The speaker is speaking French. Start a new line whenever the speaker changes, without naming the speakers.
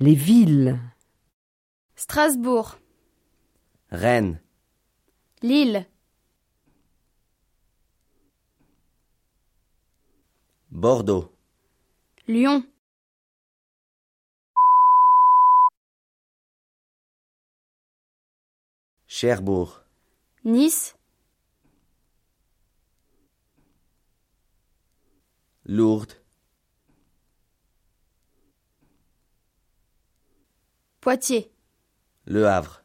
Les villes.
Strasbourg,
Rennes,
Lille,
Bordeaux,
Lyon.
Cherbourg,
Nice,
Lourdes,
Poitiers,
Le Havre,